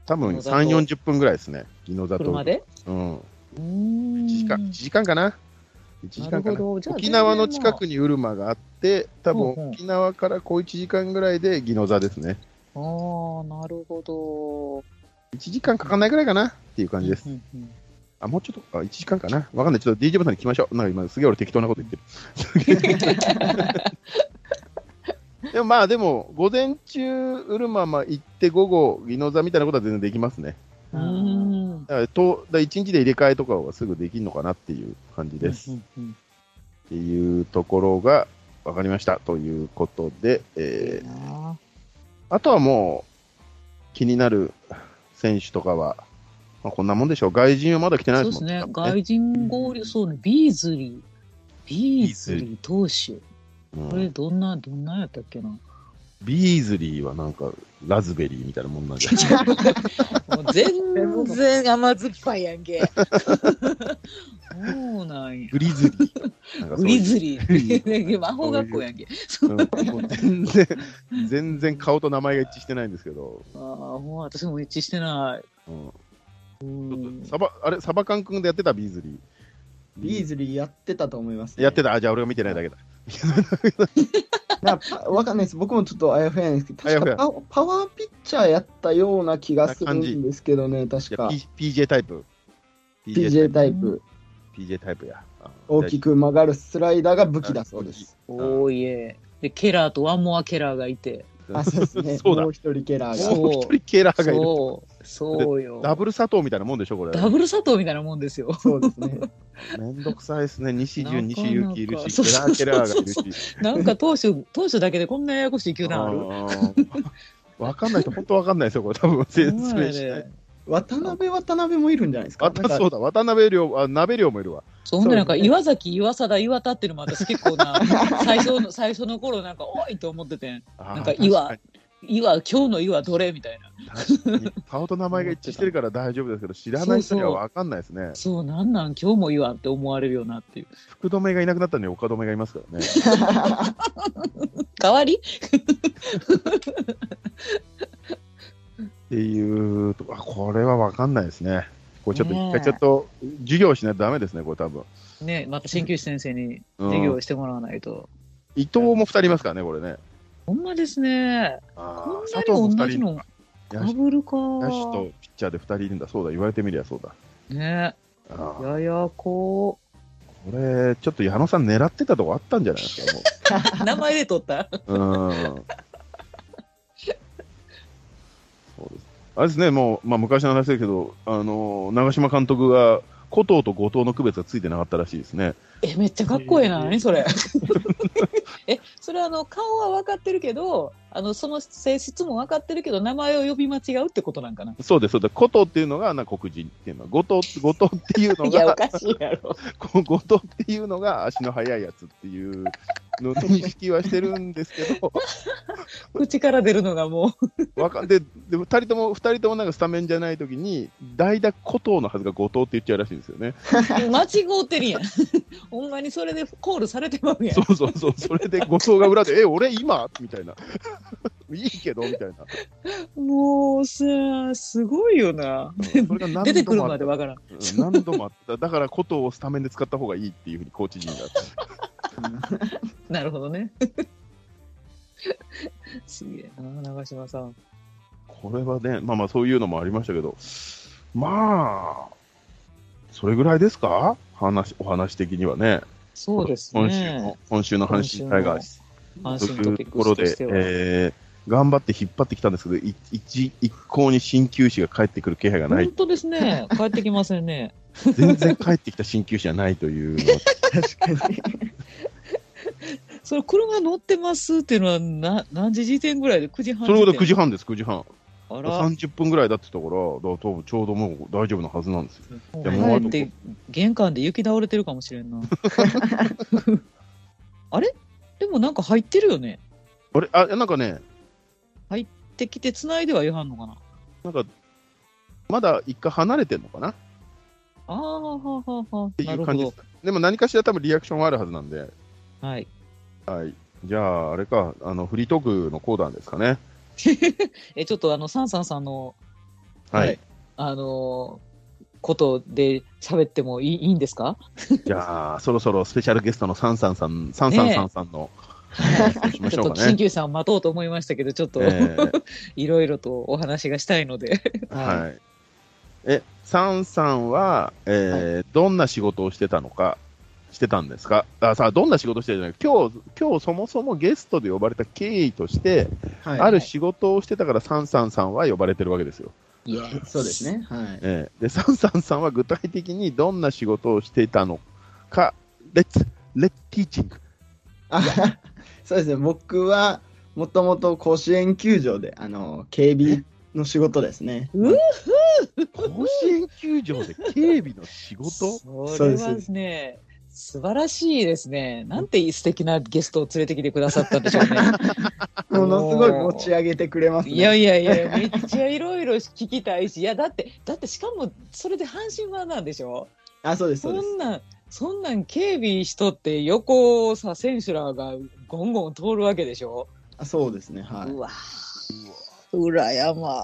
Speaker 1: 多分
Speaker 2: 技
Speaker 1: 3、
Speaker 2: 能座と
Speaker 1: 40分ぐらいですね、宜野座と。
Speaker 2: 車で
Speaker 1: うん。
Speaker 2: うー
Speaker 1: 1
Speaker 2: ん
Speaker 1: 時間、1時間かな ?1 時間か
Speaker 2: なる
Speaker 1: な
Speaker 2: ほどじゃあ
Speaker 1: 沖縄の
Speaker 2: 全然
Speaker 1: 近くにウルマがあって、多
Speaker 2: ほうほう
Speaker 1: 分沖縄から小1時間ぐらいで宜野座ですね。
Speaker 2: ああ、なるほど。
Speaker 1: 1時間かかんないぐらいかなっていう感じです。
Speaker 2: うんうん
Speaker 1: あ、もうちょっと、あ、1時間かなわかんない。ちょっと DJ ボタンに聞きましょう。なんか今、すげえ俺適当なこと言って る。でもまあ、でも、午前中、ウルマまあ行って、午後、宜野座みたいなことは全然できますね。
Speaker 2: うーん。
Speaker 1: だから、とだ1日で入れ替えとかはすぐできるのかなっていう感じです。
Speaker 2: うんうん
Speaker 1: っていうところが分かりましたということで、
Speaker 2: うん。
Speaker 1: えー
Speaker 2: な
Speaker 1: あとはもう気になる選手とかは、まあ、こんなもんでしょう外人はまだ来てな
Speaker 2: あ
Speaker 1: い
Speaker 2: そ
Speaker 1: でも
Speaker 2: うですす
Speaker 1: ん
Speaker 2: ね
Speaker 1: 多。分ね
Speaker 2: 外人合流、そうね。ビーズリー。ビーズリー投手。こ
Speaker 1: う
Speaker 2: れ、
Speaker 1: ん
Speaker 2: どんな、どんなやったっけな。
Speaker 1: ビーズリーはなんかラズベリーみたいなもんなんじゃない
Speaker 2: もう全然甘酸っぱいやんけ。そうなんや。
Speaker 1: グリズリーなんかそう
Speaker 2: グ
Speaker 1: いう
Speaker 2: リズリー。 魔法学校やんけ。
Speaker 1: うん もう全然全然顔と名前が一致してないんですけど、
Speaker 2: ああ、もう私も一致してない。
Speaker 1: うん
Speaker 2: うん
Speaker 1: サバあれサバカン君でやってたビーズリー
Speaker 3: ビーズリーやってたと思います、
Speaker 1: やって
Speaker 3: た。
Speaker 1: たあじゃあ俺が見てないだけだ
Speaker 3: なんかパわかんないです。僕もちょっとあやふやなんですけど、
Speaker 1: あやふ
Speaker 3: 確
Speaker 1: や
Speaker 3: かパワパワーピッチャーやったような気がするんですけどね、
Speaker 1: い
Speaker 3: 確
Speaker 1: や
Speaker 3: か。
Speaker 1: P- PJ タイプ
Speaker 3: PJ タイ
Speaker 2: う
Speaker 3: プ、
Speaker 1: PJ タイプやあ
Speaker 3: 大きく曲がるスライダーが武器だそうです。
Speaker 2: おーいえ。で、ケラーとワンモア・ケラーがいて。
Speaker 3: あ、そうで すね。
Speaker 1: そうだ
Speaker 3: もう一人ケラーが。
Speaker 2: そう
Speaker 1: もう一人ケラーがいる。
Speaker 2: そう、そうよ。
Speaker 1: ダブル佐藤みたいなもんでしょ、これ。
Speaker 2: ダブル佐藤みたいなもんですよ。
Speaker 3: そうですね。
Speaker 1: めんどくさいですね。西
Speaker 2: なか
Speaker 1: 純、
Speaker 2: なか
Speaker 1: 西勇輝いるし、
Speaker 2: そう
Speaker 1: ケラ
Speaker 2: そう
Speaker 1: ーケラーがい
Speaker 2: そう
Speaker 1: るし。
Speaker 2: なんか投手、投手だけでこんなややこしい球団ある。
Speaker 1: あー わかんない人、本当わかんないですよ、これ。多分説
Speaker 2: ほんまや
Speaker 1: 明しない
Speaker 2: で。
Speaker 3: 渡辺、渡辺もいるんじゃないですか。
Speaker 1: わたそうだ、渡辺亮、あ鍋亮もいるわ。
Speaker 2: そうほんでなんか
Speaker 3: そうですね
Speaker 2: 岩崎、岩貞、岩田っていうのも私結構な、最初の、最初の頃なんか、おいと思っててん。
Speaker 1: な
Speaker 2: なんか岩、岩、今日の岩どれみたいな。
Speaker 1: 顔と名前が一致してるから大丈夫ですけど、知らない人にはわかんないですね。
Speaker 2: そう、なんなん、今日も岩って思われるよなっていう。
Speaker 1: 福留がいなくなったのに岡留がいますからね。
Speaker 2: 代わり
Speaker 1: っていうと、あ、これはわかんないですね。これちょっと
Speaker 2: ねえ
Speaker 1: 一回ちょっと授業しないとダメですね、これ多分。
Speaker 2: ね、また鍼灸師先生に
Speaker 1: うん
Speaker 2: 授業をしてもらわないと。
Speaker 1: 伊藤も二人いますからね、これね。
Speaker 2: ほんまですね。
Speaker 1: あ
Speaker 2: こん
Speaker 1: ー
Speaker 2: なに同じ
Speaker 1: いるの
Speaker 2: の
Speaker 1: か
Speaker 2: ダ
Speaker 1: 野手
Speaker 2: ブルか。
Speaker 1: 野手とピッチャーで二人いるんだ、そうだ、言われてみりゃそうだ。
Speaker 2: ね、
Speaker 1: あー
Speaker 2: ややこ。
Speaker 1: これ、ちょっと矢野さん狙ってたとこあったんじゃないですか、もう。
Speaker 2: 名前で取った。
Speaker 1: うんそうですあれですね、もう、まあ、昔の話だけど、あの長嶋監督が古藤と後藤の区別がついてなかったらしいですね。
Speaker 2: え、めっちゃかっこいい
Speaker 3: え
Speaker 2: な、
Speaker 3: ー
Speaker 2: 何それ。え、それはあの顔は分かってるけど、あのその性質も分かってるけど、名前を呼び間違うってことなんかな。
Speaker 1: そうです、そうです、古藤っていうのがな黒人っていうのは、後藤後藤っていうの
Speaker 2: いや、お
Speaker 1: が、
Speaker 2: かしいや ろ。
Speaker 1: こ後藤っていうのが足の速いやつっていうのを認識はしてるんですけ ど、
Speaker 2: 口から出るのがも
Speaker 1: わかんでで2人とも、二人ともなんかスタメンじゃないときに、代打古藤のはずが後藤って言っちゃうらしいんですよね。
Speaker 2: う、間違うてるやん。ほんまにそれでコールされてまうやん
Speaker 1: そ。うそうそう、それで後藤が裏で、え、俺今みたいな、 いいけどみたいな、
Speaker 2: もうさ、すごいよな。
Speaker 1: うんそれが何度もあっ
Speaker 2: 出てくるまで分からん。
Speaker 1: うん何度もあった、だから古藤をスタメンで使った方がいいっていうふうにコーチ陣が、
Speaker 2: なるほ どね。すげえな、長嶋さん。
Speaker 1: これはね、まあまあ、そういうのもありましたけど、まあ、それぐらいですか、話お話的にはね、
Speaker 2: そうです
Speaker 1: 今週の
Speaker 2: ね。
Speaker 1: 今週の阪神タイガース
Speaker 2: 阪
Speaker 1: と
Speaker 2: 神ト
Speaker 1: い
Speaker 2: ピ
Speaker 1: うと
Speaker 2: ック
Speaker 1: こ
Speaker 2: ス
Speaker 1: ろ
Speaker 2: と
Speaker 1: で
Speaker 2: し、ては。
Speaker 1: えー頑張って引っ張ってきたんですけど、い一一向に鍼灸師が帰ってくる気配がない
Speaker 2: 本、当ですね。帰ってきませんね。
Speaker 1: 全然帰ってきた鍼灸師はないと いうのは
Speaker 3: 確かに。
Speaker 2: それ車乗ってますっていうのはな何時時点ぐらいで9時半
Speaker 1: それほど9
Speaker 2: 点
Speaker 1: 時半です、9時半。
Speaker 2: あら
Speaker 1: 30分ぐらいだってところ、だから多分ちょうどもう大丈夫なはずなんですよ。
Speaker 2: もう
Speaker 1: でも
Speaker 2: 帰って玄関で雪倒れてるかもしれん なあれでもなんか入ってるよね
Speaker 1: あれあ、なんかね、
Speaker 2: ってきて繋いではいはんのかな
Speaker 1: なんか、まだ一回離れてんのかなっ
Speaker 2: ああはははは
Speaker 1: てい
Speaker 2: な
Speaker 1: う
Speaker 2: る
Speaker 1: 感
Speaker 2: ほ
Speaker 1: じです
Speaker 2: ど、
Speaker 1: でも何かしら多分リアクションはあるはずなんで、
Speaker 2: はい、
Speaker 1: じゃあ、あれか、あの、フリートークのコーナーですかね。
Speaker 2: えちょっとあのサンサンさんの
Speaker 1: はい。
Speaker 3: はい
Speaker 2: あのーことで喋ってもいいいいんですか
Speaker 1: じゃあ、そろそろスペシャルゲストのサンサンさん、サンサンさんさんの、話をしまし
Speaker 2: ちょ
Speaker 1: ょ
Speaker 2: っ
Speaker 1: う
Speaker 2: と
Speaker 1: かね
Speaker 2: 鍼。灸師さんを待とうと思いましたけどちょっと、
Speaker 1: えー
Speaker 2: いろいろとお話がしたいので。
Speaker 1: はい。え、サンさんは、えーどんな仕事をしてたのか、してたんですかあ、さあ、どんな仕事をしてたじゃない今日、今日そもそもゲストで呼ばれた経緯として、
Speaker 3: はい。
Speaker 1: ある仕事をしてたから、サンサンさんは呼ばれてるわけですよ。
Speaker 2: いや、
Speaker 3: そうです。ね。はい。
Speaker 1: えーで、サンサンさんは具体的にどんな仕事をしていたのか、レッツ、レッティーチング。
Speaker 3: あそうですね。僕はもともと甲子園球場で、あの、警備の仕事です ね。
Speaker 2: う
Speaker 1: 甲子園球場で警備の仕事
Speaker 2: それはですね、素晴らしいですね。なんて素敵なゲストを連れてきてくださったんでしょうね。
Speaker 3: ものすごい持ち上げてくれますね。
Speaker 2: いやいやいや、めっちゃいろいろ聞きたいし、いや、だって、だってしかも、それで阪神ファンなんでしょ
Speaker 3: あ、そうです、そ
Speaker 2: そう
Speaker 3: です。
Speaker 2: んなん、そんなん警備しとって、横をさ、選手らがゴンゴン通るわけでしょ、
Speaker 3: あ、そうですね。は
Speaker 2: う
Speaker 3: い。
Speaker 2: わうらやま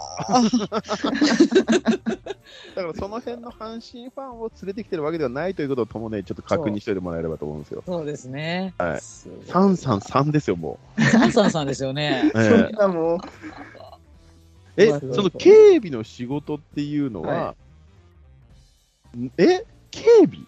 Speaker 1: だからその辺の阪神ファンを連れてきてるわけではないということをともね、ちょっと確認しておいてもらえればと思うんですよ。
Speaker 2: そうですね。
Speaker 1: はい
Speaker 2: すごい
Speaker 1: 三三三ですよ、も
Speaker 2: サンサンさんです よね。
Speaker 1: う。
Speaker 3: そん
Speaker 1: え
Speaker 3: なもう、
Speaker 1: ええ
Speaker 3: まあ
Speaker 1: その警備の仕事っていうのは、え警備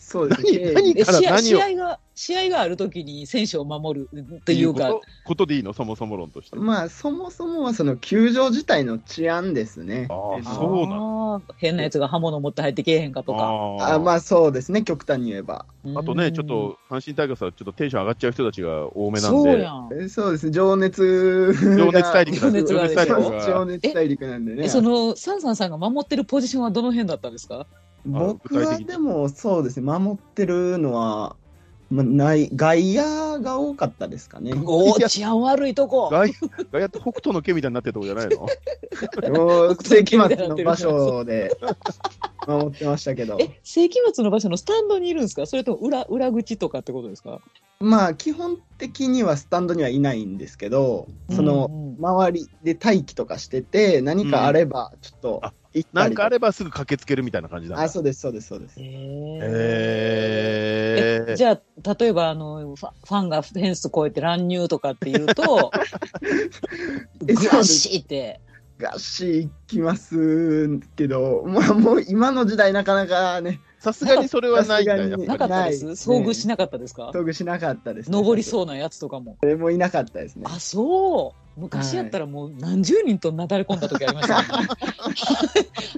Speaker 3: そうですね。
Speaker 1: 何
Speaker 3: 警
Speaker 1: 何
Speaker 3: 備
Speaker 2: え
Speaker 1: から
Speaker 2: 試
Speaker 1: 何
Speaker 2: 合
Speaker 1: を
Speaker 2: 試合が試合があるときに選手を守るっていうか、
Speaker 1: ことことでいいの、そもそも論として。
Speaker 3: まあ、そもそもはその球場自体の治安ですね。
Speaker 1: あー
Speaker 3: あ
Speaker 1: そうな
Speaker 2: の変なやつが刃物持って入ってけえへんかとか。
Speaker 3: あ
Speaker 1: あー
Speaker 3: まあ、そうですね、極端に言えば。
Speaker 1: あとね、ちょっ
Speaker 2: うん
Speaker 1: と阪神タイガースはちょっとテンション上がっちゃう人たちが多めな
Speaker 2: そ
Speaker 1: ん
Speaker 2: う
Speaker 1: で
Speaker 2: や、ん。
Speaker 3: えそうですね、情熱 が。
Speaker 1: 情熱大陸
Speaker 2: 情
Speaker 1: なんで、
Speaker 2: 熱がある
Speaker 1: 大
Speaker 2: でし
Speaker 1: 陸
Speaker 2: ょ
Speaker 3: 情
Speaker 1: が
Speaker 3: 熱大陸なんでね
Speaker 2: え、。そのサンサンさんが守ってるポジションはどの辺だったんですか
Speaker 3: 僕
Speaker 1: あ具体
Speaker 3: は
Speaker 1: 的に
Speaker 3: でも、そうですね、守ってるのは、まあ、ない外野が多かったですか ね。
Speaker 2: おー治安悪いとこ。
Speaker 1: 外外野って北斗の家みたいになってるとこ じゃないの
Speaker 3: もう世紀末の場所で守ってましたけ ど、
Speaker 2: え、世紀末の場所のスタンドにいるんですかそれとも裏裏口とかってことですか
Speaker 3: まあ基本的にはスタンドにはいないんですけど、その
Speaker 2: うん
Speaker 3: 周りで待機とかしてて、何かあればちょっと
Speaker 1: うんあ
Speaker 3: 行った
Speaker 1: な
Speaker 3: り
Speaker 1: ん
Speaker 3: と
Speaker 1: かあればすぐ駆けつけるみたいな感じなんだ。
Speaker 3: あ、そうです、そうです、そうです。
Speaker 2: へ
Speaker 1: へ
Speaker 2: え
Speaker 1: ー
Speaker 2: じゃあ、例えばあのファ、ファンがフェンス越えて乱入とかっていうと、
Speaker 3: えそうです
Speaker 2: ガシって。
Speaker 3: ガッシー行きますけど、まあもう今の時代なかなかね、
Speaker 1: さすがにそれはないんだ
Speaker 3: さすが
Speaker 1: よ、
Speaker 3: に
Speaker 1: や
Speaker 2: な
Speaker 1: っ
Speaker 2: か
Speaker 1: ぱり。
Speaker 2: ったです
Speaker 3: ないですね
Speaker 2: 遭遇しなかったですか
Speaker 3: 遭遇しなかったです、ね。。
Speaker 2: 登りそううなやつとかも。
Speaker 3: それもいなかったですね。
Speaker 2: あ、そう。昔やったらもう何十人となだれ込んだ時ありま した、ね。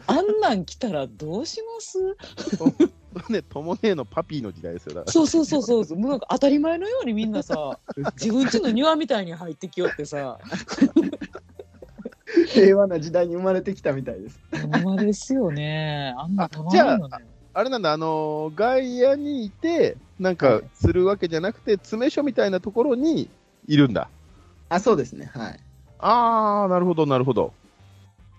Speaker 2: あんなん来たらどうします
Speaker 1: ね、ともねのパピーの時代ですよ。だから
Speaker 2: そうそうそうそうそう。もうなんか当たり前のようにみんなさ、自分家の庭みたいに入ってきよってさ、
Speaker 3: 平和な時代に生まれてきたみたいです。
Speaker 2: ほんまですよね。あんな
Speaker 1: あ
Speaker 2: たまらんよね。
Speaker 1: あれなんだ、あのー外野にいて、なんかするわけじゃなくて、詰め所みたいなところにいるんだ。
Speaker 3: あ、そうですね、はい。
Speaker 1: あー、なるほど、なるほど。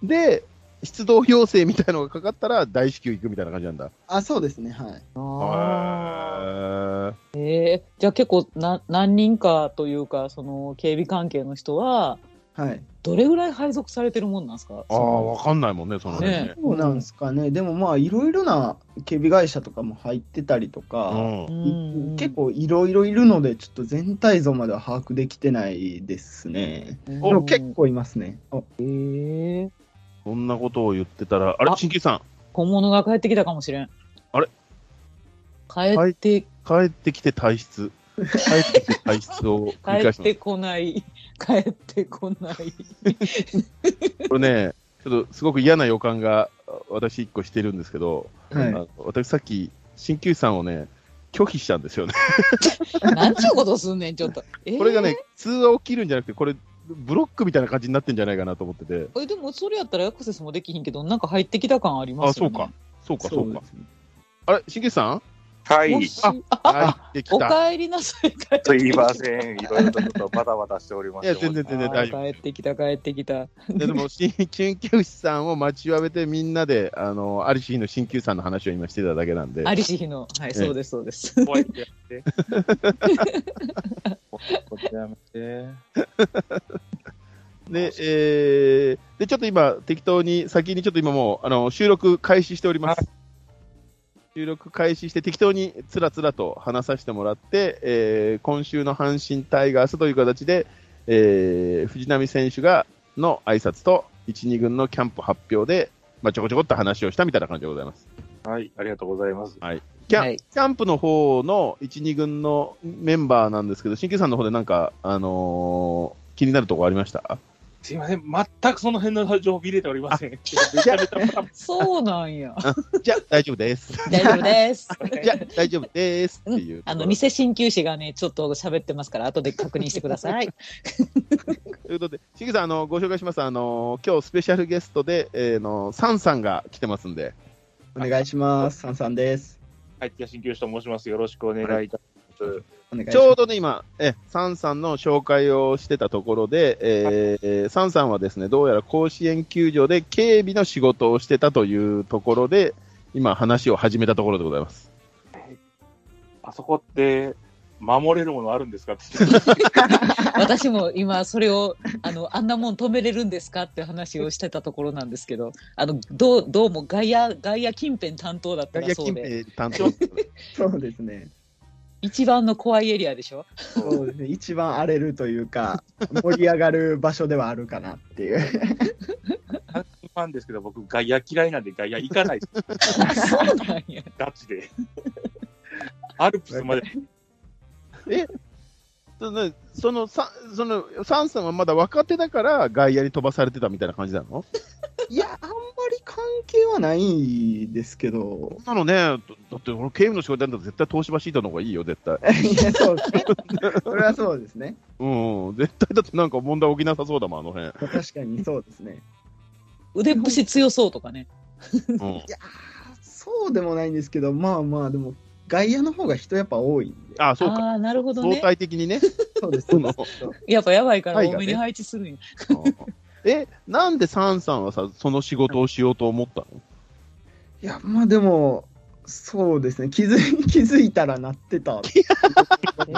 Speaker 1: で、出動要請みたいのがかかったら、大至急行くみたいな感じなんだ。
Speaker 3: あ、そうですね、はい。
Speaker 2: あ
Speaker 1: へー
Speaker 2: ーえーじゃあ結構な何人かというか、その警備関係の人は、
Speaker 3: はい。
Speaker 2: どれぐらい配属されてるもんなんですか
Speaker 1: あー、わかんないもんね、その辺ね
Speaker 2: ね。
Speaker 3: そうなんですかね、でもまあいろいろな警備会社とかも入ってたりと
Speaker 1: う
Speaker 3: か、
Speaker 1: ん
Speaker 2: う
Speaker 3: い
Speaker 2: んうん
Speaker 3: 結構いろいろいるのでちょっと全体像までは把握できてないですね。でも結構いますね。お
Speaker 2: えー
Speaker 1: そんなことを言ってたら、あれ、
Speaker 2: あ
Speaker 1: 新規さん、
Speaker 2: 小物が帰ってきたかもしれん。
Speaker 1: あれ
Speaker 2: 帰って、
Speaker 1: 帰ってきて体質。帰ってきて体質を繰り
Speaker 2: 帰
Speaker 1: 返
Speaker 2: っ
Speaker 1: してます
Speaker 2: てこない。 帰ってこない。
Speaker 1: これね、ちょっとすごく嫌な予感があ私一個してるんですけど、
Speaker 3: は
Speaker 1: あ
Speaker 3: い、
Speaker 1: の私さっき、鍼灸師さんをね、拒否したんですよね。
Speaker 2: なんちゅうことすんねん、ちょっと。えー
Speaker 1: これがね、通話を切るんじゃなくて、これ、ブロックみたいな感じになってんじゃないかなと思ってて、
Speaker 2: えでもそれやったらアクセスもできひんけど、なんか入ってきた感ありますよ
Speaker 1: あ
Speaker 2: ね。
Speaker 1: そうか、
Speaker 3: そ
Speaker 1: そうう
Speaker 3: で
Speaker 1: か
Speaker 3: す。ね
Speaker 1: あれ、鍼灸師さん
Speaker 4: は
Speaker 2: も
Speaker 4: い。
Speaker 2: し
Speaker 1: あ
Speaker 2: ああ
Speaker 1: はい、でき
Speaker 2: お
Speaker 1: た。
Speaker 2: 帰りなさい。帰って
Speaker 4: すい
Speaker 2: き
Speaker 4: ま
Speaker 2: た。
Speaker 4: せん。いろいろとちょっとバタバタしておりま
Speaker 1: い
Speaker 4: し
Speaker 1: や、
Speaker 4: て。
Speaker 1: 全然全然大丈夫。
Speaker 2: あー帰ってきた、帰ってきた。
Speaker 1: で でも、鍼鍼灸師さんを待ちわびて、みんなで、あの、ある日の鍼灸師さんの話を今してただけなんで、
Speaker 2: ありし日の。はい、そうです、そうです。
Speaker 4: 怖いってやって。こっやめて。
Speaker 1: で、えー、で、ちょっと今、適当に、先にちょっと今もう、あの、収録開始しております。収録開始して、適当につらつらと話させてもらって、えー、今週の阪神タイガースという形で、えー、藤波選手が、の挨拶と、1、2軍のキャンプ発表で、まあ、ちょこちょこっと話をしたみたいな感じでございます。
Speaker 4: はい、ありがとうございます。
Speaker 1: キャ,、
Speaker 2: はい
Speaker 1: キャンプの方の1、2軍のメンバーなんですけど、新旧さんの方でなんか、あのー気になるとこありました
Speaker 4: すいません。全くその辺の情報見れておりません。めちゃめちゃバタバ
Speaker 2: そうなんや。
Speaker 1: じゃあ、大丈夫です。
Speaker 2: 大丈夫です。
Speaker 4: タ
Speaker 1: じゃあ大丈夫ですっていう、
Speaker 2: あの、偽鍼灸師がね、ちょっと喋ってますから、後で確認してください。
Speaker 1: ということで、しげさん、あのご紹介します、あの今日スペシャルゲストで、えー、のサンさんが来てますんで、
Speaker 3: お願いします。さんさんです。
Speaker 4: はい、北新灸師と申します。よろしくお願いいたします。
Speaker 3: お願いし
Speaker 1: ちょ
Speaker 3: ま
Speaker 1: うどね、今、えサンさんの紹介をしてたところで、えーサンさんはですねどうやら甲子園球場で警備の仕事をしてたというところで、今、話を始めたところでございます。
Speaker 4: あそこって、守れるものあるんですかって。
Speaker 2: 私も今それをあのあんなもん止めれるんですかって話をしてたところなんですけどあのどうどうも外野外野近辺担当だったらそう
Speaker 1: 外
Speaker 2: で
Speaker 1: 野近辺担当
Speaker 3: す。そうですね。
Speaker 2: 一番の怖いエリアでしょ
Speaker 3: そうですね。一番荒れるというか、盛り上がる場所ではあるかなっていう。
Speaker 4: ファンですけど、僕、外野嫌いなんで外野行かないです。
Speaker 2: そうなんや
Speaker 4: ガチで。アルプスまで
Speaker 1: そのそのさそのサンさんはまだ若手だから外野に飛ばされてたみたいな感じなの
Speaker 3: いや、あんまり関係はないですけど。
Speaker 1: そんなのね、だだって俺、警務の仕事やるんだったら絶対東芝シートの方がいいよ、絶対。
Speaker 3: いや、そうですね。それはそうですね。
Speaker 1: うん、絶対だってなんか問題起きなさそうだもん、あの辺。
Speaker 3: 確かにそうですね。
Speaker 2: 腕っぷし強そうとかね。
Speaker 1: うん
Speaker 3: い、やー、そうでもないんですけど、まあまあ、でも、外野の方が人やっぱ多いんで。
Speaker 1: あ、そうか。
Speaker 2: ああ、なるほど
Speaker 1: 相
Speaker 2: ね。
Speaker 1: 対的にね。
Speaker 3: そうです。
Speaker 1: うん
Speaker 2: やっぱやばいから
Speaker 1: はい
Speaker 2: 多
Speaker 1: がね
Speaker 2: めに配置するんや。
Speaker 1: え、なんでサンさんはさ、その仕事をしようと思ったの
Speaker 3: いや、まあでも、そうですね。気づい 気づいたらなってた。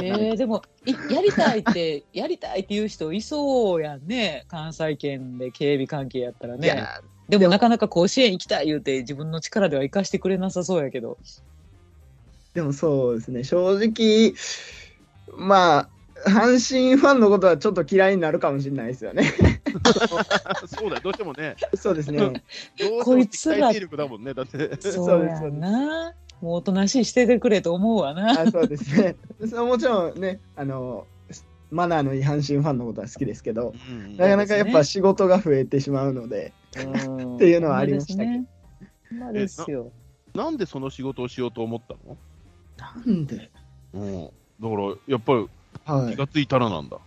Speaker 2: えー、でもいやりたいってやりたいっていう人いそうやんね関西圏で警備関係やったら
Speaker 3: い
Speaker 2: ね
Speaker 3: や
Speaker 2: でもなかなか甲子園行きたい言うて自分の力では生かしてくれなさそうやけど
Speaker 3: でもそうですね。正直、まあ、阪神ファンのことはちょっと嫌いになるかもしれないですよね。
Speaker 1: そうだよ、どうしてもね、
Speaker 3: そうですね。
Speaker 1: どうして
Speaker 2: こ
Speaker 1: も
Speaker 2: いつ
Speaker 1: 敵
Speaker 2: ら
Speaker 1: 対勢力だもんね、だって。
Speaker 2: そうやんなもうおとなしいしててくれと思うわな
Speaker 3: あそうですね。そうもちろんね、あの、マナーのいい阪神ファンのことは好きですけど、
Speaker 1: うん
Speaker 3: なかなか
Speaker 2: そうで
Speaker 3: やっ
Speaker 2: すね
Speaker 3: ぱ仕事が増えてしまうので、
Speaker 2: っ
Speaker 3: っていうのはありましたけど
Speaker 2: ねまあですよ
Speaker 1: なんでその仕事をしようと思ったの
Speaker 3: なんで
Speaker 1: うん、だからやっぱり
Speaker 3: は
Speaker 1: 気
Speaker 3: い。
Speaker 1: がついたらなんだ。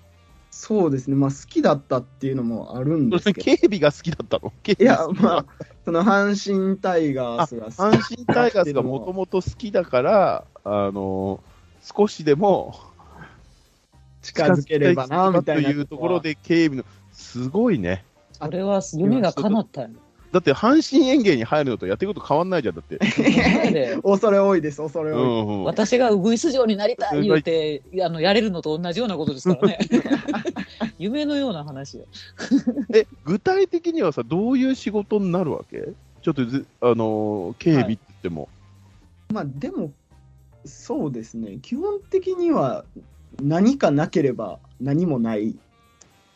Speaker 3: そうですね。まあ、好きだったっていうのもあるんです
Speaker 1: それ
Speaker 3: けど。
Speaker 1: 警備が好きだったの警
Speaker 3: い
Speaker 1: 備
Speaker 3: や
Speaker 1: が、好き
Speaker 3: まあ、その阪神タイガースが好き
Speaker 1: 阪神タイガースがもともと好きだから、あの少しでも
Speaker 3: 近づければな、みたいな。
Speaker 1: というところ。で警備の、すごいね。
Speaker 2: あれは夢が叶ったよ
Speaker 1: だって阪神園芸に入るのとやってること変わんないじゃん、だっ て。
Speaker 2: 前で
Speaker 3: 恐れ多いです、恐れ
Speaker 1: う
Speaker 3: 多い。
Speaker 1: んうん、
Speaker 2: 私がウグイス嬢になりたい言うてあのやれるのと同じようなことですから ね夢のような話よ
Speaker 1: え具体的にはさ、どういう仕事になるわけちょっとず、あの警備って言っても。
Speaker 3: まあ、でも、そうですね。基本的には、何かなければ何もない。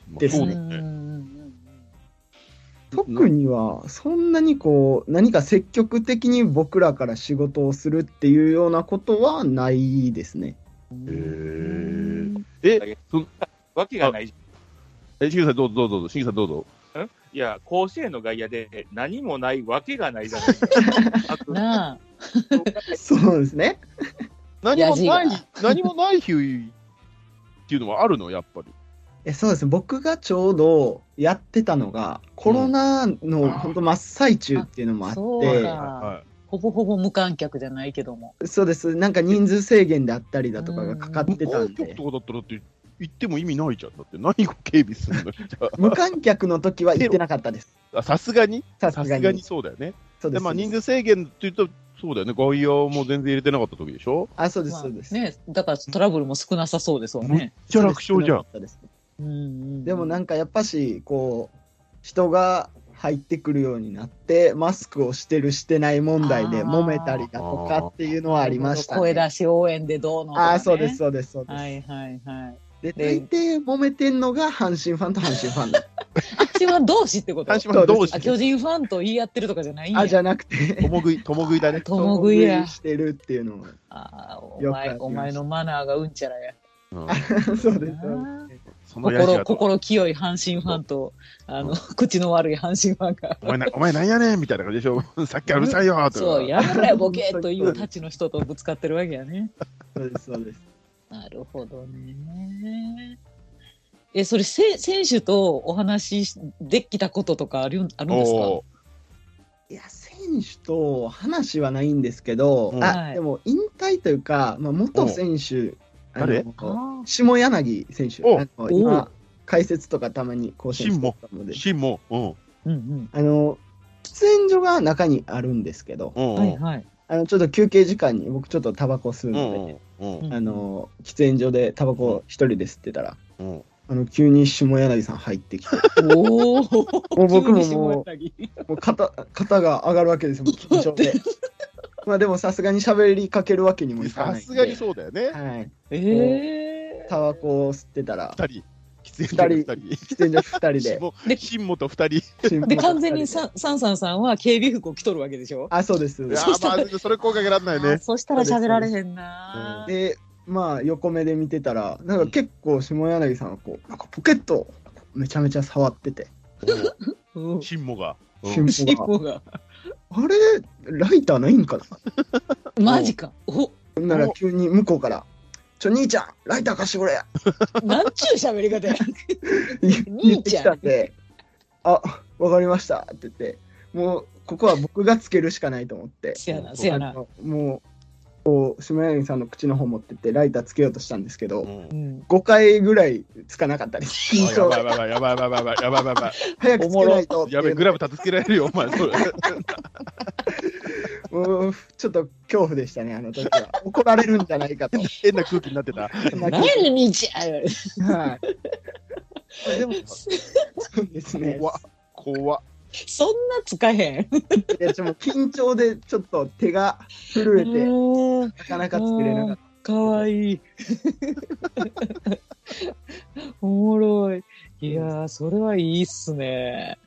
Speaker 1: まあ
Speaker 3: です
Speaker 1: そ
Speaker 3: ね
Speaker 1: うだよ
Speaker 2: うんうん
Speaker 1: ね。
Speaker 3: 特には、そんなにこう、何か積極的に僕らから仕事をするっていうようなことはないですね。
Speaker 2: うん
Speaker 1: へ
Speaker 2: うん
Speaker 1: ー
Speaker 4: だけ
Speaker 1: え、そん
Speaker 4: わけがないじ
Speaker 1: え、しげさんどうぞどうぞどうぞ、しげさんどうぞ。
Speaker 4: ゃん。いや、甲子園の外野で何もないわけがないじゃないですか。あと
Speaker 2: なあ
Speaker 3: そうですね。
Speaker 1: 何もな
Speaker 2: ヤ
Speaker 1: い
Speaker 2: ジ、
Speaker 1: 何もない日っていうのはあるの、やっぱり。
Speaker 3: えそうですね僕がちょうどやってたのがコロナの本当真っ最中っていうのもあって、
Speaker 2: そう
Speaker 3: そ
Speaker 2: かほぼほぼ無観客じゃないけども
Speaker 3: うですなんか人数制限であったりだとかがかか
Speaker 1: 無
Speaker 3: ってたん
Speaker 1: 観
Speaker 3: で
Speaker 1: 客とかだったらだって行っても意味ないじゃん。だって何を警備するの じゃ
Speaker 3: 無観客の時は行ってなかったです
Speaker 1: ああさすがに、
Speaker 3: さす
Speaker 1: さ
Speaker 3: が
Speaker 1: す
Speaker 3: に
Speaker 1: がにそうだよね。
Speaker 3: そうで
Speaker 1: で、
Speaker 3: す
Speaker 1: まあ
Speaker 3: そうです
Speaker 1: 人数制限っていうと、そうだよね。外野も全然入れてなかった時でしょ
Speaker 3: あそうです
Speaker 2: まあ
Speaker 3: そうです、
Speaker 2: ねだからトラブルも少なさそうですわ
Speaker 1: めっ
Speaker 2: ね
Speaker 1: ちゃ楽勝じゃん。
Speaker 3: そうです少なかったです
Speaker 2: うん
Speaker 3: でもなんんかやっぱしこう人が入ってくるようになってマスクをしてるしてない問題で
Speaker 2: あー
Speaker 3: 揉めたりだとかっていうのはありました、ね、
Speaker 2: 声出し応援でどうのとか、ね、
Speaker 3: ああそうですそうですそうです、
Speaker 2: はいはいはい
Speaker 3: で
Speaker 2: で
Speaker 3: 大抵揉めてんのが阪神ファンと阪神ファンだ
Speaker 2: 私は同士ってこと
Speaker 1: 阪神ファン同
Speaker 2: あ
Speaker 1: 士、
Speaker 2: 巨人ファンと言い合ってるとかじゃないんや
Speaker 3: あじゃなくて、
Speaker 1: 共食い、共食いだね。
Speaker 2: 共食いや
Speaker 3: してるっていうのも。
Speaker 2: ああお
Speaker 3: よくあり
Speaker 2: 前
Speaker 3: ます
Speaker 2: お前のマナーがうんちゃらや
Speaker 1: うん
Speaker 3: そうですそうです。
Speaker 1: そのやじ
Speaker 2: 心
Speaker 1: やと。
Speaker 2: 心清い阪神ファンとあ
Speaker 1: う
Speaker 2: の口の悪い阪神ファンが
Speaker 1: お前な、お前なんやねんみたいな感じでしょ さっきからうるさいよーとか。
Speaker 2: そうやめろよボケというたちの人とぶつかってるわけやね
Speaker 3: そうです、そうです。
Speaker 2: なるほどねえそれせ選手とお話しできたこととかあるんあるんですか
Speaker 1: お
Speaker 3: いや、選手と話はないんですけど、
Speaker 1: うん
Speaker 3: あ、
Speaker 2: はい
Speaker 3: でも引退というか、まあ、元選手、
Speaker 1: お誰
Speaker 3: の
Speaker 2: あー
Speaker 3: 下柳選手、
Speaker 1: お
Speaker 3: あの
Speaker 2: お
Speaker 3: 今、解説とかたまに更新してたの
Speaker 1: ー
Speaker 3: で、
Speaker 1: シンも、うん、
Speaker 2: うん
Speaker 3: あの、喫煙所が中にあるんですけど、
Speaker 1: うんうん
Speaker 2: う
Speaker 1: ん、
Speaker 2: はいはい
Speaker 3: あのちょっと休憩時間に僕ちょっとタバコ吸う
Speaker 1: う
Speaker 3: ので、
Speaker 1: ん、うん、うん
Speaker 2: うん
Speaker 3: あの喫煙所でタバコを一人で吸ってたら、
Speaker 1: うん。
Speaker 3: あの急に下柳さん入って きて、
Speaker 2: おお
Speaker 3: もう僕ももう
Speaker 2: う
Speaker 3: もう肩肩が上がるわけ ですよ、もう緊張で。まあでもさすがに喋りかけるわけにもいか
Speaker 1: さ
Speaker 3: ないんで。
Speaker 1: すがにそうだよね。
Speaker 3: はい。
Speaker 2: ええ
Speaker 3: タバコを吸ってたら、
Speaker 1: 二人、喫煙所二人。
Speaker 3: 喫煙所2 人
Speaker 1: シ
Speaker 3: で
Speaker 1: モシンモと二人。。
Speaker 3: 新聞
Speaker 2: で
Speaker 3: を
Speaker 2: 完全に
Speaker 3: 二人で
Speaker 2: サンサンサンさんは警備服を着とるわけでしょ
Speaker 3: あ、そうです。
Speaker 1: いやーまあ、それ効果がらんない
Speaker 2: あ
Speaker 1: ね。
Speaker 2: そしたら喋られへんな。
Speaker 3: で、まあ横目で見てたらなんか結構下柳さんはこうなんかポケットをめちゃめちゃ触ってて
Speaker 2: うん
Speaker 5: シンモが。うん
Speaker 3: 進
Speaker 2: 尻
Speaker 3: 歩が
Speaker 2: 尾が。
Speaker 3: あれライターないんかな
Speaker 2: マジか。お
Speaker 3: ほんなら急に向こうから「ちょ兄ちゃんライター貸してくれ!」
Speaker 2: なんちゅう喋り方や。
Speaker 3: 言ってきたんで「あわかりました」って言ってもうここは僕がつけるしかないと思って
Speaker 2: せやな、せや
Speaker 3: あ
Speaker 2: な。
Speaker 3: のもうこう下柳さんの口の方持ってってライターつけようとしたんですけど、
Speaker 5: うん
Speaker 2: うん。
Speaker 3: 5回ぐらいつかなかったです。
Speaker 5: あやばいやばいやばいやばいやばいやばいやばいやばい。
Speaker 3: 早くつけないとってい
Speaker 5: や
Speaker 3: うの
Speaker 5: べ、グラブ立てつけられるよ、お前。それ
Speaker 3: もうちょっと恐怖でしたね、あの時 は。怒られるんじゃないかと。
Speaker 5: 変な空気になってた。
Speaker 2: 何やねん、兄ちゃん。
Speaker 3: は い、でも、そうですね。
Speaker 5: 怖っ。怖っ。
Speaker 2: そんなつかへん。
Speaker 3: いやちょっと緊張でちょっと手が震えて、な
Speaker 2: うん
Speaker 3: かなか作れなかっ
Speaker 2: かわいい。おもろい。いやー、それはいいっすね。